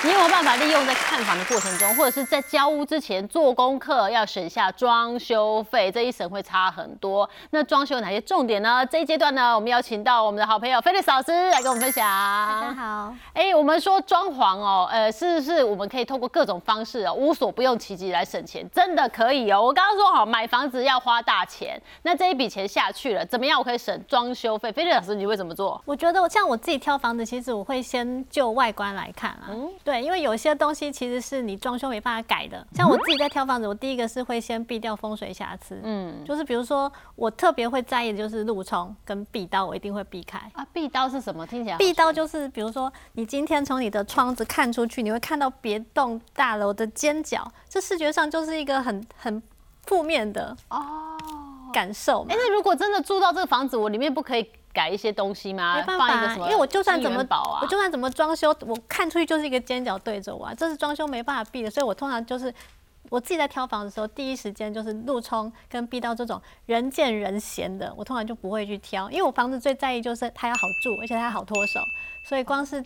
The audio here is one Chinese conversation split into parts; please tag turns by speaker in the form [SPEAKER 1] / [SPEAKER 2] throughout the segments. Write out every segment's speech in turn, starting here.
[SPEAKER 1] 办法利用在看房的过程中，或者是在交屋之前做功课，要省下装修费，这一省会差很多。那装修有哪些重点呢？这一阶段呢，我们邀请到我们的好朋友菲利斯老师来跟我们分享。
[SPEAKER 2] 大家好，
[SPEAKER 1] 哎、我们说装潢哦，呃，是不是我们可以透过各种方式哦，无所不用其极来省钱？真的可以哦。我刚刚说好，买房子要花大钱，那这一笔钱下去了，怎么样我可以省装修费？菲利老师，你会怎么做？
[SPEAKER 2] 我觉得我像我自己挑房子，其实我会先就外观来看啊，
[SPEAKER 1] 嗯
[SPEAKER 2] 对，因为有些东西其实是你装修没办法改的。像我自己在挑房子，我第一个是会先避掉风水瑕疵，
[SPEAKER 1] 嗯
[SPEAKER 2] 嗯，就是比如说我特别会在意的就是路冲跟壁刀，我一定会避开。
[SPEAKER 1] 啊，壁刀是什么？听起来
[SPEAKER 2] 壁刀就是，比如说你今天从你的窗子看出去，你会看到别栋大楼的尖角，这视觉上就是一个很很负面的
[SPEAKER 1] 哦。
[SPEAKER 2] 感受嘛
[SPEAKER 1] 哎、。那如果真的住到这个房子，我里面不可以改一些东西吗？
[SPEAKER 2] 没
[SPEAKER 1] 啊
[SPEAKER 2] 办
[SPEAKER 1] 放一个
[SPEAKER 2] 法，
[SPEAKER 1] 什么
[SPEAKER 2] 因为我就算怎
[SPEAKER 1] 金
[SPEAKER 2] 么
[SPEAKER 1] 元宝啊，
[SPEAKER 2] 我就算怎么装修，我看出去就是一个尖角对着我、啊，这是装修没办法避的，所以我通常就是我自己在挑房的时候，第一时间就是路冲跟避到这种人见人嫌的，我通常就不会去挑，因为我房子最在意就是它要好住，而且它好脱手，所以光是。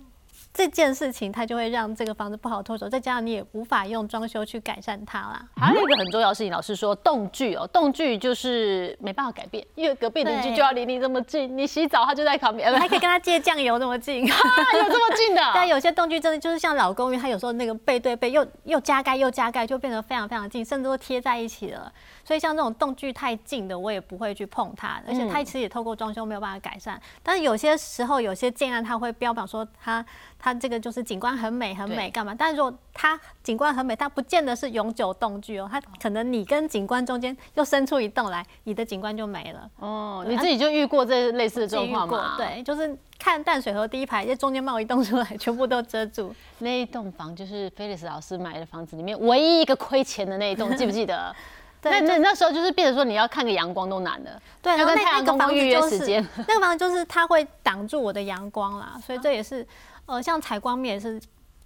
[SPEAKER 2] 这件事情它就会让这个房子不好脱手，再加上你也无法用装修去改善它啦。
[SPEAKER 1] 还有一个很重要的事情，老师说动距哦，动距就是没办法改变，因为隔壁邻居
[SPEAKER 2] 对哎
[SPEAKER 1] 就要离你这么近，你洗澡他就在旁边，呃
[SPEAKER 2] 你
[SPEAKER 1] 不
[SPEAKER 2] 还可以跟他借酱油那么近，
[SPEAKER 1] 是 有这么近的。
[SPEAKER 2] 但有些动距真的就是像老公寓，它有时候那个背对背又又加盖又加盖，就变得非常非常近，甚至都贴在一起了。所以像这种动距太近的，我也不会去碰它，而且
[SPEAKER 1] 嗯
[SPEAKER 2] 它其实也透过装修没有办法改善。但是有些时候有些建案它会标榜说它它这个就是景观很美很美
[SPEAKER 1] 对
[SPEAKER 2] 干嘛？但是如果它景观很美，它不见得是永久动距哦，它可能你跟景观中间又生出一栋来，你的景观就没了。
[SPEAKER 1] 哦，你自己就遇过这类似的状况吗？，
[SPEAKER 2] 对，就是看淡水河第一排，这中间冒一栋出来，全部都遮住。
[SPEAKER 1] 那一栋房就是菲利斯老师买的房子里面唯一一个亏钱的那一栋，记不记得？
[SPEAKER 2] 对
[SPEAKER 1] 那
[SPEAKER 2] 就
[SPEAKER 1] 那那时候就是变成说你要看个阳光都难了，
[SPEAKER 2] 对，
[SPEAKER 1] 要
[SPEAKER 2] 然后
[SPEAKER 1] 跟
[SPEAKER 2] 那
[SPEAKER 1] 太
[SPEAKER 2] 那
[SPEAKER 1] 阳
[SPEAKER 2] 个
[SPEAKER 1] 公
[SPEAKER 2] 房
[SPEAKER 1] 公
[SPEAKER 2] 子
[SPEAKER 1] 预约
[SPEAKER 2] 就
[SPEAKER 1] 时间嗯
[SPEAKER 2] 是。那个房子就是它会挡住我的阳光啦，所以这也是呃，像采光面也是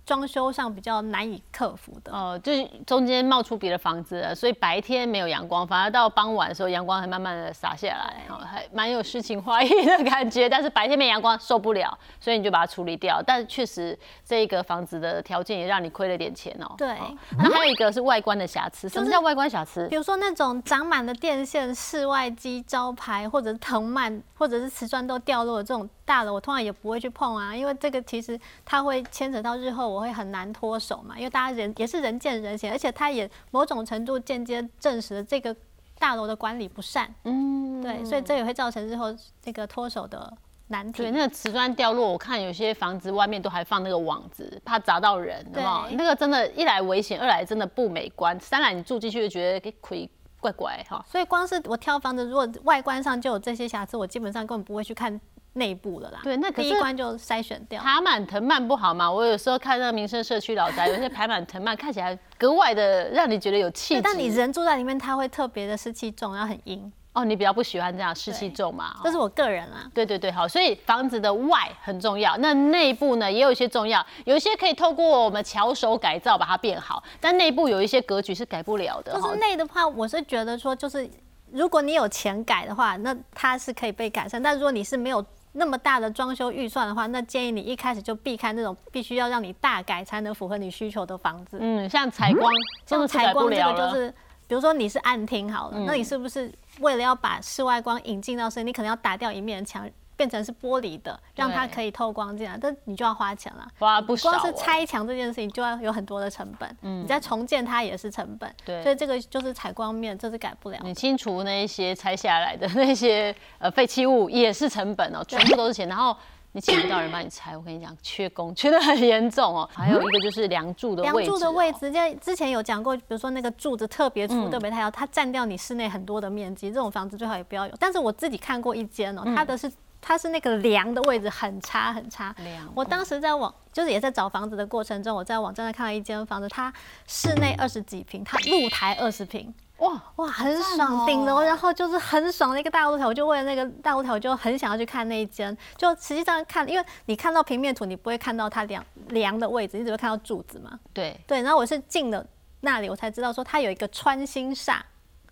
[SPEAKER 2] 装修上比较难以克服的。
[SPEAKER 1] 哦，就是中间冒出别的房子了，所以白天没有阳光，反而到傍晚的时候阳光还慢慢的洒下来，哦，还蛮有诗情画意的感觉。但是白天没阳光受不了，所以你就把它处理掉。但确实这个房子的条件也让你亏了点钱哦。
[SPEAKER 2] 对
[SPEAKER 1] 哦那还有一个是外观的瑕疵，什么叫外观瑕疵
[SPEAKER 2] 比？如说那种长满了电线、室外机招牌，或者是藤蔓，或者是瓷砖都掉落的这种大楼，我通常也不会去碰啊，因为这个其实它会牵扯到日后我会很难脱手嘛，因为大家人也是人见人嫌，而且它也某种程度间接证实了这个大楼的管理不善，
[SPEAKER 1] 嗯，
[SPEAKER 2] 对，所以这也会造成日后这个脱手的难题。
[SPEAKER 1] 对，那个瓷砖掉落，我看有些房子外面都还放那个网子，怕砸到人，有没有
[SPEAKER 2] 对
[SPEAKER 1] 那个真的，一来危险，二来真的不美观，三来你住进去就觉得哎亏怪怪哈。
[SPEAKER 2] 所以光是我挑房子，如果外观上就有这些瑕疵，我基本上根本不会去看内部的啦。
[SPEAKER 1] 对那可
[SPEAKER 2] 第
[SPEAKER 1] 是
[SPEAKER 2] 一关就筛选掉。
[SPEAKER 1] 爬满藤蔓不好嘛？我有时候看那个民生社区老宅， 有些爬满藤蔓，看起来格外的让你觉得有气质。
[SPEAKER 2] 对，但你人住在里面，它会特别的湿气重，然后很阴，
[SPEAKER 1] 哦，你比较不喜欢这样湿气重嘛？
[SPEAKER 2] 这
[SPEAKER 1] 哦
[SPEAKER 2] 是我个人啊啦。
[SPEAKER 1] 对对对，好，所以房子的外很重要，那内部呢也有一些重要，有一些可以透过我们巧手改造把它变好，但内部有一些格局是改不了的。
[SPEAKER 2] 就是
[SPEAKER 1] 哦
[SPEAKER 2] 内的话，我是觉得说，就是如果你有钱改的话，那它是可以被改善；但如果你是没有那么大的装修预算的话，那建议你一开始就避开那种必须要让你大改才能符合你需求的房子。
[SPEAKER 1] 嗯，像采光，真
[SPEAKER 2] 像
[SPEAKER 1] 的是
[SPEAKER 2] 采
[SPEAKER 1] 改不
[SPEAKER 2] 光这
[SPEAKER 1] 了
[SPEAKER 2] 个就
[SPEAKER 1] 了。嗯
[SPEAKER 2] 是，比如说你是暗厅好了，那你是不是为了要把室外光引进到室内，你可能要打掉一面墙，变成是玻璃的，让它
[SPEAKER 1] 对
[SPEAKER 2] 可以透光进来，但你就要花钱了。
[SPEAKER 1] 花不少、哦，嗯
[SPEAKER 2] 光是拆墙这件事情就要有很多的成本，你再重建它也是成本，
[SPEAKER 1] 对
[SPEAKER 2] 所以这个就是采光面，这是改不了。
[SPEAKER 1] 你清除那一些拆下来的那些呃废弃物也是成本哦，全部都是钱。然后你请不到人帮你拆，我跟你讲，缺工缺的很严重 哦。还有一个就是梁柱的位置、哦
[SPEAKER 2] 梁柱的位。置，在之前有讲过，比如说那个柱子特别
[SPEAKER 1] 嗯
[SPEAKER 2] 粗、特别太高，它占掉你室内很多的面积，这种房子最好也不要有。但是我自己看过一间哦、
[SPEAKER 1] 嗯
[SPEAKER 2] 它的是它是那个梁的位置很差很差
[SPEAKER 1] 梁。嗯
[SPEAKER 2] 我当时在网就是也在找房子的过程中，我在网站上看到一间房子，它室内二十几平，它露台二十平。
[SPEAKER 1] 哇，
[SPEAKER 2] 哇，很
[SPEAKER 1] 赞哦
[SPEAKER 2] 爽，顶楼，然后就是很爽的一个大露台，我就为了那个大露台，我就很想要去看那一间。就实际上看，因为你看到平面图，你不会看到它梁梁的位置，你只会看到柱子嘛。
[SPEAKER 1] 对，
[SPEAKER 2] 对，然后我是进了那里，我才知道说它有一个穿心煞。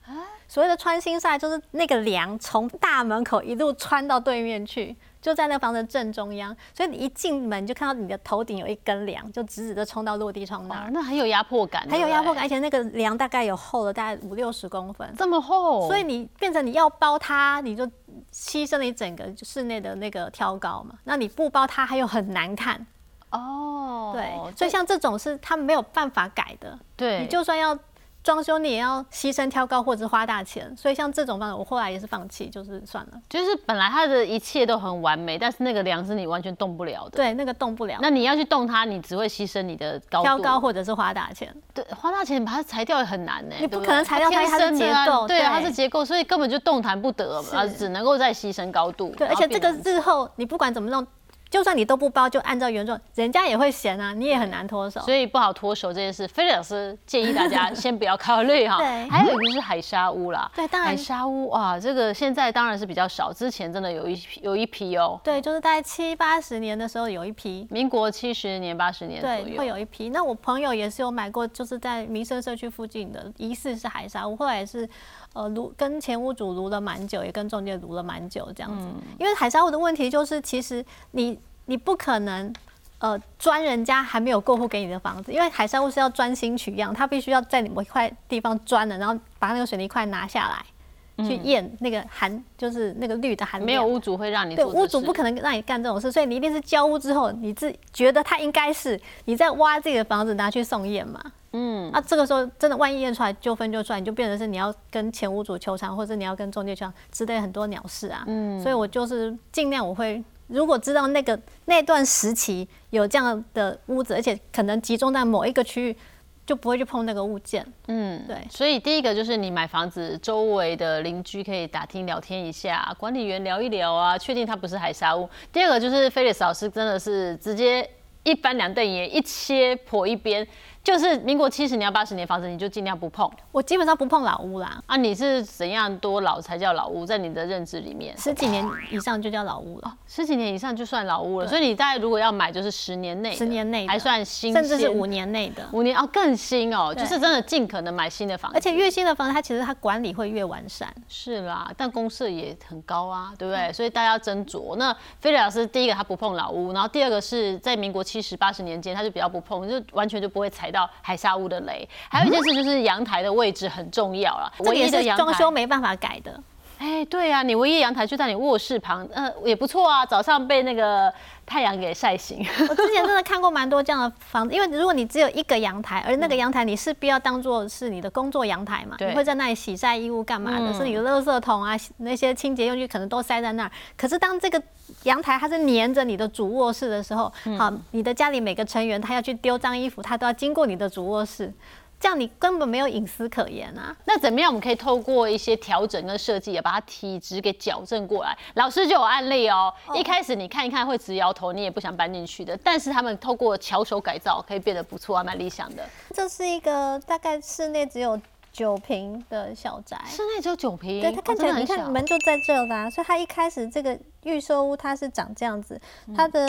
[SPEAKER 1] 啊
[SPEAKER 2] 所谓的穿心煞，就是那个梁从大门口一路穿到对面去，就在那房子正中央，所以你一进门就看到你的头顶有一根梁，就直直的冲到落地窗那
[SPEAKER 1] 哇
[SPEAKER 2] 儿，
[SPEAKER 1] 那很有压迫感，
[SPEAKER 2] 很有压迫
[SPEAKER 1] 对
[SPEAKER 2] 感，而且那个梁大概有厚了大概五六十公分
[SPEAKER 1] 不对，，这么厚，
[SPEAKER 2] 所以你变成你要包它，你就牺牲了你整个室内的那个挑高嘛。那你不包它，它又很难看，
[SPEAKER 1] 哦，
[SPEAKER 2] 对。所以像这种是他们没有办法改的，
[SPEAKER 1] 对，
[SPEAKER 2] 你就算要装修，你也要牺牲挑高或者是花大钱。所以像这种方法，我后来也是放弃，就是算了。
[SPEAKER 1] 就是本来它的一切都很完美，但是那个梁是你完全动不了的。
[SPEAKER 2] 对，那个动不了，
[SPEAKER 1] 那你要去动它，你只会牺牲你的高度。
[SPEAKER 2] 挑高或者是花大钱。
[SPEAKER 1] 对，花大钱把它裁掉也很难呢、
[SPEAKER 2] 你
[SPEAKER 1] 对
[SPEAKER 2] 不
[SPEAKER 1] 对
[SPEAKER 2] 可能裁掉它
[SPEAKER 1] 天
[SPEAKER 2] 它是
[SPEAKER 1] 生的啊
[SPEAKER 2] 结构
[SPEAKER 1] 对啊，它
[SPEAKER 2] 对
[SPEAKER 1] 是结构，所以根本就动弹不得
[SPEAKER 2] 是
[SPEAKER 1] 嘛，啊只能够再牺牲高度。
[SPEAKER 2] 对，而
[SPEAKER 1] 然后
[SPEAKER 2] 且这个
[SPEAKER 1] 变成
[SPEAKER 2] 日后你不管怎么弄，就算你都不包，就按照原状，人家也会嫌啊，你也很难脱手。
[SPEAKER 1] 所以不好脱手这件事，菲利老师建议大 家先不要考虑哈。
[SPEAKER 2] 对
[SPEAKER 1] 还有一个是海沙屋啦，
[SPEAKER 2] 对当然
[SPEAKER 1] 海沙屋啊，这个现在当然是比较少，之前真的有一批有一批哦，
[SPEAKER 2] 对，就是大概七八十年的时候有一批，
[SPEAKER 1] 民国七十年、八十年左
[SPEAKER 2] 对，
[SPEAKER 1] 右
[SPEAKER 2] 会。有一批。那我朋友也是有买过，就是在民生社区附近的，疑似是海沙屋，后来也是呃撸跟前屋主撸了蛮久，也跟中介撸了蛮久这样子。
[SPEAKER 1] 嗯
[SPEAKER 2] 因为海沙屋的问题就是，其实你你不可能。呃，钻人家还没有过户给你的房子，因为海沙屋是要专心取样，它必须要在你某一块地方钻了，然后把那个水泥块拿下来，去验那个含，就是那个氯的含
[SPEAKER 1] 嗯
[SPEAKER 2] 量。
[SPEAKER 1] 没有屋主会让你
[SPEAKER 2] 对，
[SPEAKER 1] 做这
[SPEAKER 2] 屋主
[SPEAKER 1] 事
[SPEAKER 2] 不可能让你干这种事，所以你一定是交屋之后，你自觉得他应该是你在挖自己的房子拿去送验嘛。嗯，那、这个时候真的万一验出来纠纷就出来，你就变成是你要跟前屋主求偿，或者你要跟中介求偿之类很多鸟事啊。嗯，所以我就是尽量我会，如果知道那个那段时期有这样的屋子，而且可能集中在某一个区域，就不会去碰那个物件。嗯，对。
[SPEAKER 1] 所以第一个就是你买房子，周围的邻居可以打听聊天一下，管理员聊一聊啊，确定它不是海沙屋。第二个就是菲利斯老师真的是直接一翻两瞪眼，一切破一边，就是民国七十年、八十年房子你就尽量不碰
[SPEAKER 2] 我基本上不碰老屋啦，
[SPEAKER 1] 啊。你是怎样多老才叫老屋？在你的认知里面，
[SPEAKER 2] 十几年以上就叫老屋了。
[SPEAKER 1] 十几年以上就算老屋了。所以你大概如果要买，就是十年内的，
[SPEAKER 2] 十年内的
[SPEAKER 1] 还算新鲜，
[SPEAKER 2] 甚至是五年内的。
[SPEAKER 1] 五年哦，更新哦，就
[SPEAKER 2] 对
[SPEAKER 1] 是真的尽可能买新的房子，
[SPEAKER 2] 而且越新的房子，它其实它管理会越完善。
[SPEAKER 1] 是啦，但公社也很高啊，对不
[SPEAKER 2] 嗯
[SPEAKER 1] 对？所以大家要斟酌。那菲利老师，第一个他不碰老屋，然后第二个是在民国七十八十年间，他就比较不碰，就完全就不会踩到海沙屋的雷。还有一件事就是阳台的位置很重要啦，
[SPEAKER 2] 这个
[SPEAKER 1] 唯
[SPEAKER 2] 也
[SPEAKER 1] 一的
[SPEAKER 2] 是
[SPEAKER 1] 阳
[SPEAKER 2] 装
[SPEAKER 1] 台。
[SPEAKER 2] 修没办法改的，
[SPEAKER 1] 哎，对啊，你唯一阳台就在你卧室旁，呃，也不错啊。早上被那个太阳给晒醒，
[SPEAKER 2] 我之前真的看过蛮多这样的房子，因为如果你只有一个阳台，而那个阳台你势必要当做是你的工作阳台嘛，
[SPEAKER 1] 嗯对嗯
[SPEAKER 2] 你会在那里洗晒衣物干嘛的，是你的垃圾桶啊，那些清洁用具可能都塞在那儿。可是当这个阳台它是粘着你的主卧室的时候，
[SPEAKER 1] 嗯
[SPEAKER 2] 好，你的家里每个成员他要去丢脏衣服，他都要经过你的主卧室，这样你根本没有隐私可言啊。
[SPEAKER 1] 那怎么样？我们可以透过一些调整跟设计，也把它体质给矫正过来。老师就有案例哦。一开始你看一看会直摇头，你也不想搬进去的，但是他们透过巧手改造，可以变得不错，还蛮理想的。
[SPEAKER 2] 这是一个大概室内只有九平的小宅。
[SPEAKER 1] 室内只有九平，
[SPEAKER 2] 哎对，它看
[SPEAKER 1] 哦
[SPEAKER 2] 起来，你
[SPEAKER 1] 真的很
[SPEAKER 2] 看
[SPEAKER 1] 小
[SPEAKER 2] 门就在这啦、所以它一开始这个预售屋它是长这样子，
[SPEAKER 1] 嗯
[SPEAKER 2] 它的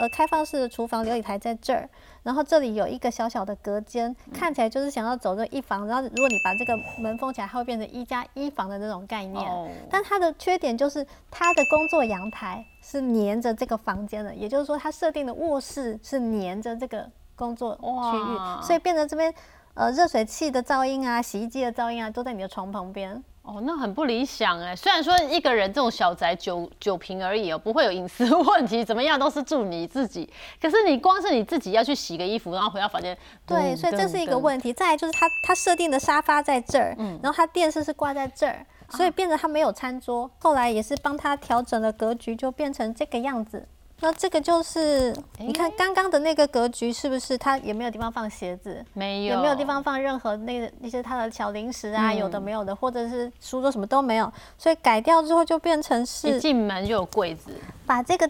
[SPEAKER 2] 呃开放式的厨房琉璃台在这儿，然后这里有一个小小的隔间，
[SPEAKER 1] 嗯
[SPEAKER 2] 看起来就是想要走这一房，然后如果你把这个门封起来，它会变成一加一房的那种概念。
[SPEAKER 1] 哦
[SPEAKER 2] 但它的缺点就是它的工作阳台是粘着这个房间的，也就是说它设定的卧室是粘着这个工作区
[SPEAKER 1] 哇
[SPEAKER 2] 域，所以变成这边呃热水器的噪音啊、洗衣机的噪音啊都在你的床旁边。
[SPEAKER 1] 哦，那很不理想哎。虽然说一个人这种小宅九九平而已哦，不会有隐私 问题，怎么样都是住你自己。可是你光是你自己要去洗个衣服，然后回到房间，
[SPEAKER 2] 嗯对，
[SPEAKER 1] 噔
[SPEAKER 2] 嗯所以这是一个。
[SPEAKER 1] 噔噔
[SPEAKER 2] 问题。再来就是它它设定的沙发在这儿，然后它电视是挂在这儿，所以变得它没有餐桌。后来也是帮它调整了格局，就变成这个样子。那这个就是你看刚刚的那个格局是不是它也没有地方放鞋子？
[SPEAKER 1] 没有嗯
[SPEAKER 2] 也没有地方放任何那个那些他的小零食啊，有的没有的，或者是书桌什么都没有，所以改掉之后就变成
[SPEAKER 1] 一
[SPEAKER 2] 是
[SPEAKER 1] 进门就有柜子，
[SPEAKER 2] 把这个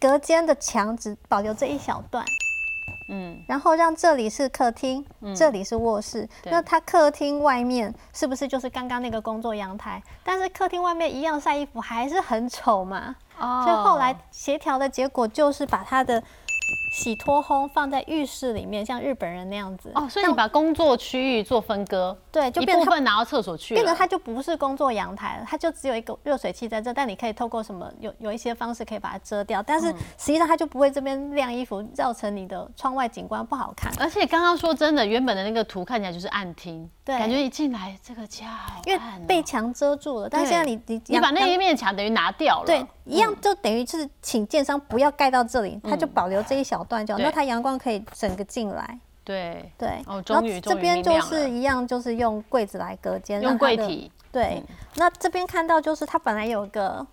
[SPEAKER 2] 隔间的墙只保留这一小段，
[SPEAKER 1] 嗯，
[SPEAKER 2] 然后让这里是客厅，这里是卧室。
[SPEAKER 1] 对
[SPEAKER 2] 那它客厅外面是不是就是刚刚那个工作阳台？但是客厅外面一样晒衣服，还是很丑嘛。
[SPEAKER 1] 哦
[SPEAKER 2] 所以后来协调的结果就是把它的洗脱烘放在浴室里面，像日本人那样子。
[SPEAKER 1] 哦，所以你把工作区域做分割，
[SPEAKER 2] 对就
[SPEAKER 1] 一
[SPEAKER 2] 变
[SPEAKER 1] 部
[SPEAKER 2] 成它
[SPEAKER 1] 分拿到厕所去
[SPEAKER 2] 变得
[SPEAKER 1] 了。
[SPEAKER 2] 它就不是工作阳台了，它就只有一个热水器在这，但你可以透过什么有有一些方式可以把它遮掉，但是
[SPEAKER 1] 嗯
[SPEAKER 2] 实际上它就不会这边晾衣服，造成你的窗外景观不好看。
[SPEAKER 1] 而且刚刚说真的，原本的那个图看起来就是暗厅，
[SPEAKER 2] 对
[SPEAKER 1] 感觉一进来这个家好
[SPEAKER 2] 因为
[SPEAKER 1] 暗哦
[SPEAKER 2] 被墙遮住了，但是现在你你
[SPEAKER 1] 你把那嗯
[SPEAKER 2] 阳
[SPEAKER 1] 一面墙等于拿掉了，
[SPEAKER 2] 对，一样就等于是请建商不要盖到这里，它就保留这一小段就好，
[SPEAKER 1] 嗯对
[SPEAKER 2] 那它阳光可以整个进来。
[SPEAKER 1] 对
[SPEAKER 2] 对，
[SPEAKER 1] 哦
[SPEAKER 2] 然
[SPEAKER 1] 终
[SPEAKER 2] 后
[SPEAKER 1] 于
[SPEAKER 2] 这
[SPEAKER 1] 终于
[SPEAKER 2] 边
[SPEAKER 1] 明
[SPEAKER 2] 就
[SPEAKER 1] 亮了
[SPEAKER 2] 是一样，就是用柜子来隔间，
[SPEAKER 1] 用
[SPEAKER 2] 让它
[SPEAKER 1] 柜
[SPEAKER 2] 的
[SPEAKER 1] 体，
[SPEAKER 2] 对，
[SPEAKER 1] 嗯
[SPEAKER 2] 那这边看到就是它本来有个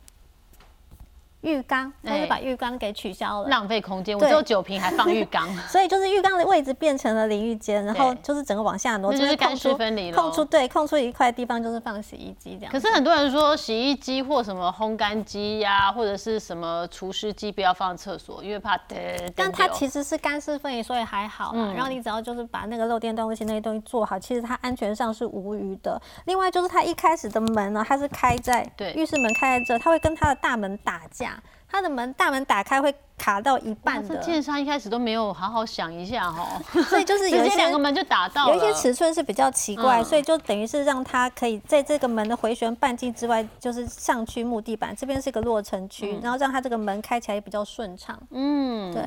[SPEAKER 2] 浴缸，它
[SPEAKER 1] 哎
[SPEAKER 2] 是把浴缸给取消了。
[SPEAKER 1] 浪费空间。我
[SPEAKER 2] 对
[SPEAKER 1] 只有酒瓶还放浴 缸，
[SPEAKER 2] 所以就是浴缸的位置变成了淋浴间，然后
[SPEAKER 1] 对
[SPEAKER 2] 就是整个往下挪，
[SPEAKER 1] 那
[SPEAKER 2] 这
[SPEAKER 1] 就是
[SPEAKER 2] 边
[SPEAKER 1] 干
[SPEAKER 2] 空
[SPEAKER 1] 湿
[SPEAKER 2] 出
[SPEAKER 1] 分离了。
[SPEAKER 2] 空出对空出一块地方就是放洗衣机这样。
[SPEAKER 1] 可是很多人说洗衣机或什么烘干机呀，或者是什么除湿机不要放厕所，因为怕呃得。
[SPEAKER 2] 但它
[SPEAKER 1] 得
[SPEAKER 2] 其实是干湿分离，所以还好
[SPEAKER 1] 嗯
[SPEAKER 2] 啦。然后你只要就是把那个漏电断路器那些东西做好，其实它安全上是无虞的。另外就是它一开始的门呢，它是开在
[SPEAKER 1] 对
[SPEAKER 2] 浴室门开在这，它会跟它的大门打架，它的门大门打开会卡到一
[SPEAKER 1] 哇
[SPEAKER 2] 半
[SPEAKER 1] 这
[SPEAKER 2] 的，
[SPEAKER 1] 哦建商一开始都没有好好想一下哦，
[SPEAKER 2] 所以就是
[SPEAKER 1] 直
[SPEAKER 2] 有 一
[SPEAKER 1] 接
[SPEAKER 2] 些
[SPEAKER 1] 两个门就打到了。
[SPEAKER 2] 有一些尺寸是比较奇怪，
[SPEAKER 1] 嗯
[SPEAKER 2] 所以就等于是让它可以在这个门的回旋半径之外，就是上去木地板这边是一个落成区，然后让它这个门开起来也比较顺畅。
[SPEAKER 1] 嗯，
[SPEAKER 2] 对，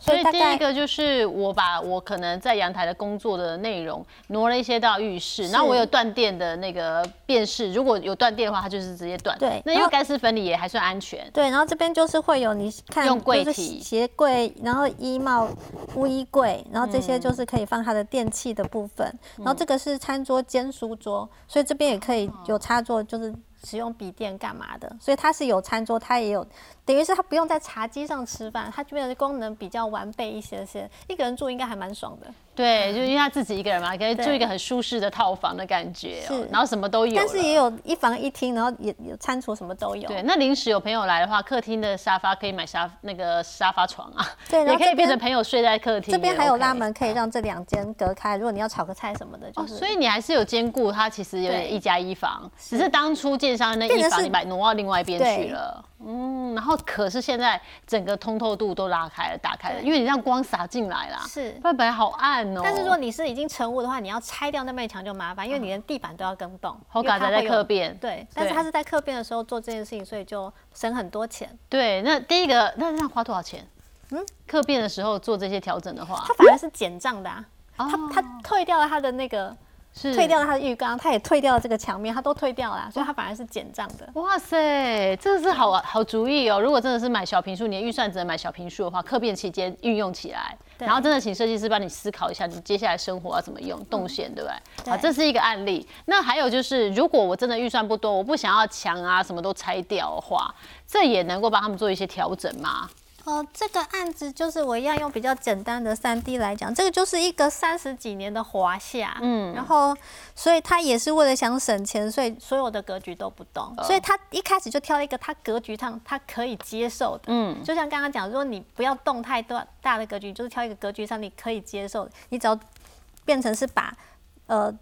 [SPEAKER 1] 所
[SPEAKER 2] 所以
[SPEAKER 1] 以
[SPEAKER 2] 大
[SPEAKER 1] 第一
[SPEAKER 2] 概
[SPEAKER 1] 个就是我把我可能在阳台的工作的内容挪了一些到浴室，然后我有断电的那个辨识，如果有断电的话，它就是直接断。
[SPEAKER 2] 对
[SPEAKER 1] 那因
[SPEAKER 2] 然
[SPEAKER 1] 为
[SPEAKER 2] 后
[SPEAKER 1] 干湿分离也还算安全。
[SPEAKER 2] 对，然后这边就是会有你看
[SPEAKER 1] 用柜
[SPEAKER 2] 就是
[SPEAKER 1] 体
[SPEAKER 2] 鞋柜，然后衣帽、污衣柜，然后这
[SPEAKER 1] 嗯
[SPEAKER 2] 些就是可以放它的电器的部分。然后这个是餐桌兼书桌，所以这边也可
[SPEAKER 1] 哦
[SPEAKER 2] 以有插座，就是使用笔电干嘛的。所以它是有餐桌，它也有，等于是它不用在茶几上吃饭，它这边的功能比较完备一些些。一个人住应该还蛮爽的，
[SPEAKER 1] 对，就因为他自己一个人嘛，可以
[SPEAKER 2] 对
[SPEAKER 1] 住一个很舒适的套房的感觉、哦
[SPEAKER 2] 是，
[SPEAKER 1] 然后什么都有了。
[SPEAKER 2] 但是也有一房一厅，然后也有餐厨什么都有。
[SPEAKER 1] 对，那临时有朋友来的话，客厅的沙发可以买沙那个沙发床啊，
[SPEAKER 2] 对然
[SPEAKER 1] 也
[SPEAKER 2] 后
[SPEAKER 1] 可以变
[SPEAKER 2] 这边
[SPEAKER 1] 成朋友睡在客厅。
[SPEAKER 2] 这边还有拉
[SPEAKER 1] OK
[SPEAKER 2] 门可以让这两间隔开，如果你要炒个菜什么的，就
[SPEAKER 1] 哦，
[SPEAKER 2] 是、
[SPEAKER 1] 所以你还是有兼顾它，其实有点
[SPEAKER 2] 嗯对
[SPEAKER 1] 一加一房，只是当初建商那一
[SPEAKER 2] 变成
[SPEAKER 1] 房
[SPEAKER 2] 是
[SPEAKER 1] 你把它挪到另外一边
[SPEAKER 2] 对
[SPEAKER 1] 去了，嗯，然后可是现在整个通透度都拉开了，打开了，
[SPEAKER 2] 对
[SPEAKER 1] 因为你让光洒进来啦，
[SPEAKER 2] 是
[SPEAKER 1] 不然本来好暗哦。
[SPEAKER 2] 但是如果你是已经成屋的话，你要拆掉那面墙就麻烦，因为你连地板都要跟动。
[SPEAKER 1] 好
[SPEAKER 2] 因为
[SPEAKER 1] 嘎
[SPEAKER 2] 它
[SPEAKER 1] 仔在
[SPEAKER 2] 会哦有
[SPEAKER 1] 客变
[SPEAKER 2] 对，但是
[SPEAKER 1] 对
[SPEAKER 2] 他是在客变的时候做这件事情，所以就省很多钱。
[SPEAKER 1] 对，那第一个那那花多少钱？嗯
[SPEAKER 2] 嗯，
[SPEAKER 1] 客变的时候做这些调整的话
[SPEAKER 2] 他，反而是减账的啊。
[SPEAKER 1] 哦
[SPEAKER 2] 他他退掉了他的那个，
[SPEAKER 1] 是
[SPEAKER 2] 退掉了他的浴缸，他也退掉了这个墙面，他都退掉了啊，所以他反而是减账的。
[SPEAKER 1] 哇塞，这个是好啊好主意哦！如果真的是买小平数，你的预算只能买小平数的话，客变期间运用起来，
[SPEAKER 2] 对
[SPEAKER 1] 然后真的请设计师帮你思考一下，你接下来生活啊要怎么用动线，对不对？
[SPEAKER 2] 对
[SPEAKER 1] 好，这是一个案例。那还有就是，如果我真的预算不多，我不想要墙啊什么都拆掉的话，这也能够帮他们做一些调整吗？
[SPEAKER 2] 呃，这个案子就是我一样用比较简单的三 D 来讲，这个就是一个三十几年的华夏，嗯，然后所以他也是为了想省钱，所以所有的格局都不动，所以他一开始就挑了一个他格局上他可以接受的，
[SPEAKER 1] 嗯
[SPEAKER 2] 嗯，就像刚刚讲，如果你不要动太多大的格局，就是挑一个格局上你可以接受的，你只要变成是把呃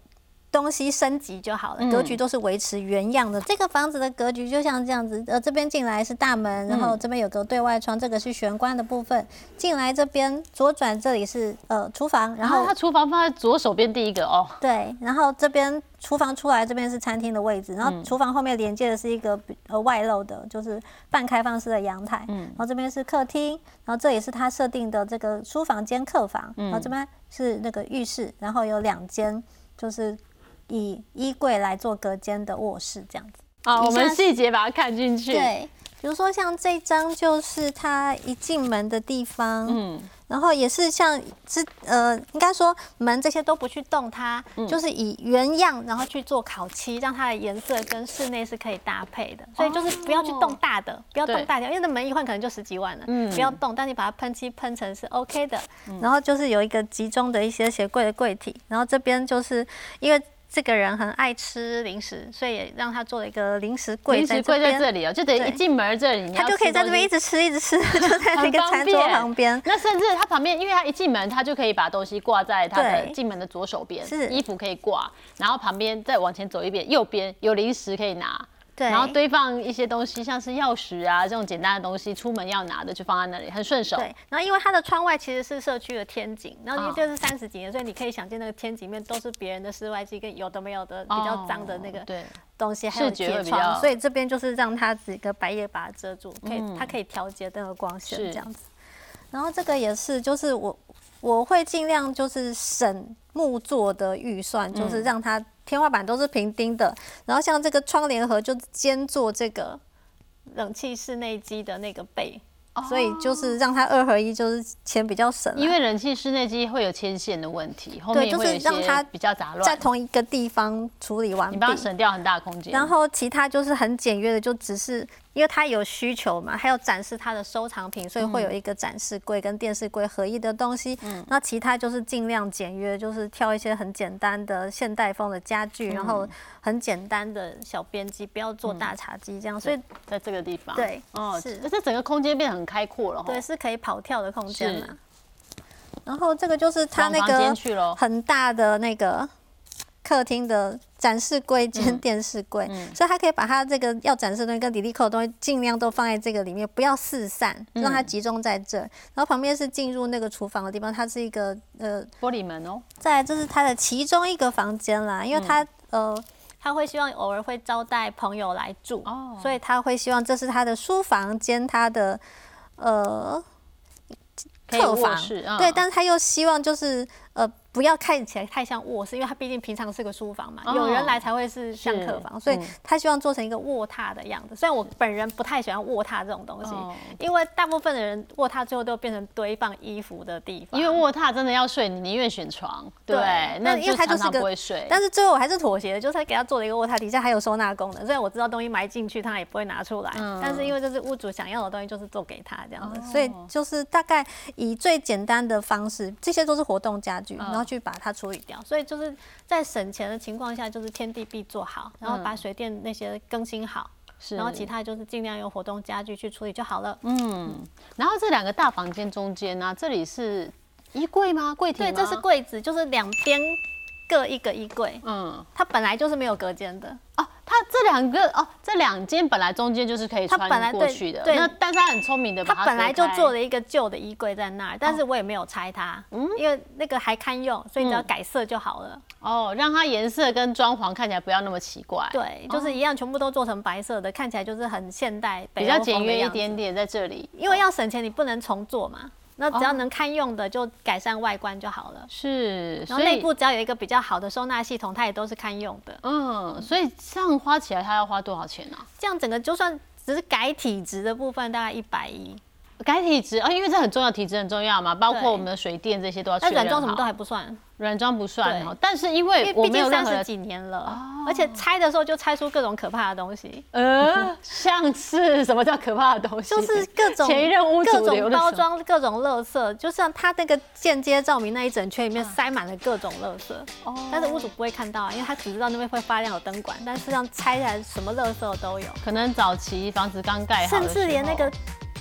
[SPEAKER 2] 东西升级就好了，格局都是维持原样的。这个房子的格局就像这样子，呃，这边进来是大门，然后这边有个对外窗，这个是玄关的部分。进来这边左转这里是呃厨房，然
[SPEAKER 1] 然后
[SPEAKER 2] 后
[SPEAKER 1] 他厨房放在左手边第一个哦，
[SPEAKER 2] 对，然后这边厨房出来这边是餐厅的位置，然后厨房后面连接的是一个比呃外露的，就是半开放式的阳台，然后这边是客厅，然后这也是他设定的这个书房兼客房，然后这边是那个浴室，然后有两间就是以衣柜来做隔间的卧室这样子。
[SPEAKER 1] 啊，我
[SPEAKER 2] 以
[SPEAKER 1] 们
[SPEAKER 2] 下是
[SPEAKER 1] 细节把它看进去。，
[SPEAKER 2] 对，比如说像这张就是他一进门的地方，
[SPEAKER 1] 嗯，
[SPEAKER 2] 然后也是像之呃，应该说门这些都不去动它，就是以原样然后去做烤漆，让它的颜色跟室内是可以搭配的。所以就是不要去动大的，不要
[SPEAKER 1] 对
[SPEAKER 2] 动大条，因为那门一换可能就十几万了，
[SPEAKER 1] 嗯
[SPEAKER 2] 不要动。但你把它喷漆喷成是 OK 的，然后就是有一个集中的一些鞋柜的柜体，然后这边就是因为。这个人很爱吃零食，所以也让他做了一个零食柜
[SPEAKER 1] 临
[SPEAKER 2] 在
[SPEAKER 1] 时
[SPEAKER 2] 这
[SPEAKER 1] 跪在
[SPEAKER 2] 边。
[SPEAKER 1] 这里哦，就等于
[SPEAKER 2] 对
[SPEAKER 1] 一进门这里，你要
[SPEAKER 2] 他就可以
[SPEAKER 1] 吃
[SPEAKER 2] 在
[SPEAKER 1] 东
[SPEAKER 2] 这
[SPEAKER 1] 西
[SPEAKER 2] 边一直吃，一直 吃，就在那个
[SPEAKER 1] 很方
[SPEAKER 2] 餐桌
[SPEAKER 1] 便
[SPEAKER 2] 旁边。
[SPEAKER 1] 那甚至他旁边，因为他一进门，他就可以把东西挂在他的
[SPEAKER 2] 对
[SPEAKER 1] 进门的左手边，
[SPEAKER 2] 是
[SPEAKER 1] 衣服可以挂，然后旁边再往前走一边，右边有零食可以拿，
[SPEAKER 2] 对
[SPEAKER 1] 然后堆放一些东西，像是钥匙啊这种简单的东西，出门要拿的就放在那里，很顺手。
[SPEAKER 2] 对，然后因为它的窗外其实是社区的天井，然后因
[SPEAKER 1] 哦
[SPEAKER 2] 为这是三十几年，所以你可以想见那个天井里面都是别人的室外机跟有的没有的比较脏的那
[SPEAKER 1] 哦
[SPEAKER 2] 个
[SPEAKER 1] 对，
[SPEAKER 2] 东西，还有
[SPEAKER 1] 视觉会
[SPEAKER 2] 铁
[SPEAKER 1] 比较
[SPEAKER 2] 窗，所以这边就是让它几个白叶把它遮住，可以、它可以调节那个光
[SPEAKER 1] 嗯
[SPEAKER 2] 线
[SPEAKER 1] 是
[SPEAKER 2] 这样子。然后这个也是，就是我我会尽量就是省木做的预算，
[SPEAKER 1] 嗯
[SPEAKER 2] 就是让它天花板都是平钉的，然后像这个窗帘盒就兼做这个冷气室内机的那个背。所以就是让它二合一，就是钱比较省啦，
[SPEAKER 1] 哦
[SPEAKER 2] 啊
[SPEAKER 1] 因为冷气室内机会有牵线的问题，后
[SPEAKER 2] 对
[SPEAKER 1] 面也
[SPEAKER 2] 就
[SPEAKER 1] 会有
[SPEAKER 2] 是
[SPEAKER 1] 一些
[SPEAKER 2] 让它
[SPEAKER 1] 比较杂
[SPEAKER 2] 在
[SPEAKER 1] 乱，
[SPEAKER 2] 同一个地方处理完
[SPEAKER 1] 你
[SPEAKER 2] 毕。
[SPEAKER 1] 帮它省掉很大的空间。
[SPEAKER 2] 然后其他就是很简约的，就只是因为它有需求嘛，还有展示它的收藏品，所以会有一个展示柜跟电视柜合一的东西。那其他就是尽量简约，就是挑一些很简单的现代风的家具，然后很简单的小编机，不要做大茶几这样。所以
[SPEAKER 1] 在这个地方，
[SPEAKER 2] 对
[SPEAKER 1] 哦，
[SPEAKER 2] 是
[SPEAKER 1] 这整个空间变得很开阔了，
[SPEAKER 2] 对，，是可以跑跳的空间
[SPEAKER 1] 是
[SPEAKER 2] 嘛。然后这个就是它
[SPEAKER 1] 往
[SPEAKER 2] 那
[SPEAKER 1] 房
[SPEAKER 2] 个
[SPEAKER 1] 间去咯
[SPEAKER 2] 很大的那个客厅的展示柜兼电视柜，所以它可以把它这个要展示的东西跟 d 里扣的东西尽量都放在这个里面，不要四散，让它集中在这儿。然后旁边是进入那个厨房的地方，它是一个呃，
[SPEAKER 1] 玻璃门哦，
[SPEAKER 2] 再来这是它的其中一个房间啦，因为它、呃。他会希望偶尔会招待朋友来住，
[SPEAKER 1] 哦
[SPEAKER 2] 所以他会希望这是他的书房兼他的呃
[SPEAKER 1] 可以
[SPEAKER 2] 客
[SPEAKER 1] 卧
[SPEAKER 2] 房
[SPEAKER 1] 室，嗯
[SPEAKER 2] 对，但是他又希望就是呃不要看起来太像卧室，因为他毕竟平常是个书房嘛，
[SPEAKER 1] 哦
[SPEAKER 2] 有人来才会是像
[SPEAKER 1] 是
[SPEAKER 2] 客房，所以
[SPEAKER 1] 嗯
[SPEAKER 2] 他希望做成一个卧榻的样子。虽然我本人不太喜欢卧榻这种东西
[SPEAKER 1] 哦，
[SPEAKER 2] 因为大部分的人卧榻最后都变成堆放衣服的地方，
[SPEAKER 1] 因为卧榻真的要睡，你宁愿选床，对不对，
[SPEAKER 2] 对
[SPEAKER 1] 那
[SPEAKER 2] 但因为它
[SPEAKER 1] 常
[SPEAKER 2] 就是
[SPEAKER 1] 常
[SPEAKER 2] 个
[SPEAKER 1] 不会睡，
[SPEAKER 2] 但是最后我还是妥协的，就是给他做了一个卧榻，底下还有收纳功能。虽然我知道东西埋进去他也不会拿出来，
[SPEAKER 1] 嗯哦
[SPEAKER 2] 但是因为这是屋主想要的东西，就是做给他这样子。所以就是大概以最简单的方式，这些都是活动家具，
[SPEAKER 1] 嗯
[SPEAKER 2] 然后去把它处理掉。所以就是在省钱的情况下，就是天地必做好，然后把水电那些更新好，
[SPEAKER 1] 嗯是嗯
[SPEAKER 2] 然后其他就是尽量用活动家具去处理就好了。
[SPEAKER 1] 然后这两个大房间中间呢、啊这里是衣柜吗？柜体吗
[SPEAKER 2] 对，这是柜子，就是两边各一个衣柜，
[SPEAKER 1] 嗯
[SPEAKER 2] 它本来就是没有隔间的。
[SPEAKER 1] 哦，它这两个哦，这两间本来中间就是可以
[SPEAKER 2] 它本
[SPEAKER 1] 穿
[SPEAKER 2] 来
[SPEAKER 1] 过
[SPEAKER 2] 对
[SPEAKER 1] 去的，
[SPEAKER 2] 对
[SPEAKER 1] 那但是他很聪明的把它哦
[SPEAKER 2] 他本来就做
[SPEAKER 1] 了，
[SPEAKER 2] 了一个旧的衣柜在那儿，但是我也没有拆它，
[SPEAKER 1] 嗯
[SPEAKER 2] 因为那个还堪用，所以只要改色就好了。
[SPEAKER 1] 哦，让它颜色跟装潢看起来不要那么奇怪，，
[SPEAKER 2] 对，就是一样，全部都做成白色的，看起来就是很现代，
[SPEAKER 1] 比较简约一。点点在这里，
[SPEAKER 2] 因为要省钱，你不能重做嘛，那
[SPEAKER 1] 哦
[SPEAKER 2] 只要能堪用的就改善外观就好了。
[SPEAKER 1] 是，
[SPEAKER 2] 然
[SPEAKER 1] 所
[SPEAKER 2] 后内
[SPEAKER 1] 以
[SPEAKER 2] 部只要有一个比较好的收纳系统，它也都是堪用的。
[SPEAKER 1] 嗯，所以这样花起来它要花多少钱呢、啊？
[SPEAKER 2] 这样整个就算只是改体质的部分，大概一百一，
[SPEAKER 1] 改体质啊、因为这很重要，体质很重要嘛，包括
[SPEAKER 2] 对
[SPEAKER 1] 我们的水电这些都要确
[SPEAKER 2] 那
[SPEAKER 1] 认
[SPEAKER 2] 软装什么都
[SPEAKER 1] 好
[SPEAKER 2] 还不算，
[SPEAKER 1] 软装不算
[SPEAKER 2] 对
[SPEAKER 1] 哦，但是因
[SPEAKER 2] 因
[SPEAKER 1] 为
[SPEAKER 2] 为
[SPEAKER 1] 我
[SPEAKER 2] 毕
[SPEAKER 1] 没有
[SPEAKER 2] 竟
[SPEAKER 1] 任
[SPEAKER 2] 三
[SPEAKER 1] 何
[SPEAKER 2] 十
[SPEAKER 1] 的哦
[SPEAKER 2] 几年了，而且拆的时候就拆出各种可怕的东西。
[SPEAKER 1] 呃，像是什么叫可怕的东西？
[SPEAKER 2] 就是各种
[SPEAKER 1] 前一任屋主
[SPEAKER 2] 各
[SPEAKER 1] 留的什
[SPEAKER 2] 种
[SPEAKER 1] 么
[SPEAKER 2] 包装、各种垃圾，就像他那个间接照明那一整圈
[SPEAKER 1] 嗯
[SPEAKER 2] 里面塞满了各种垃圾。
[SPEAKER 1] 哦
[SPEAKER 2] 但是屋主不会看到啊，因为他只知道那边会发亮有灯管，但事实上拆下来什么垃圾都有，
[SPEAKER 1] 可能早期房子刚盖好的时候，
[SPEAKER 2] 甚至连那个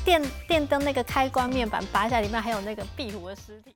[SPEAKER 2] 电电灯那个开关面板拔下来，里面还有那个壁虎的尸体。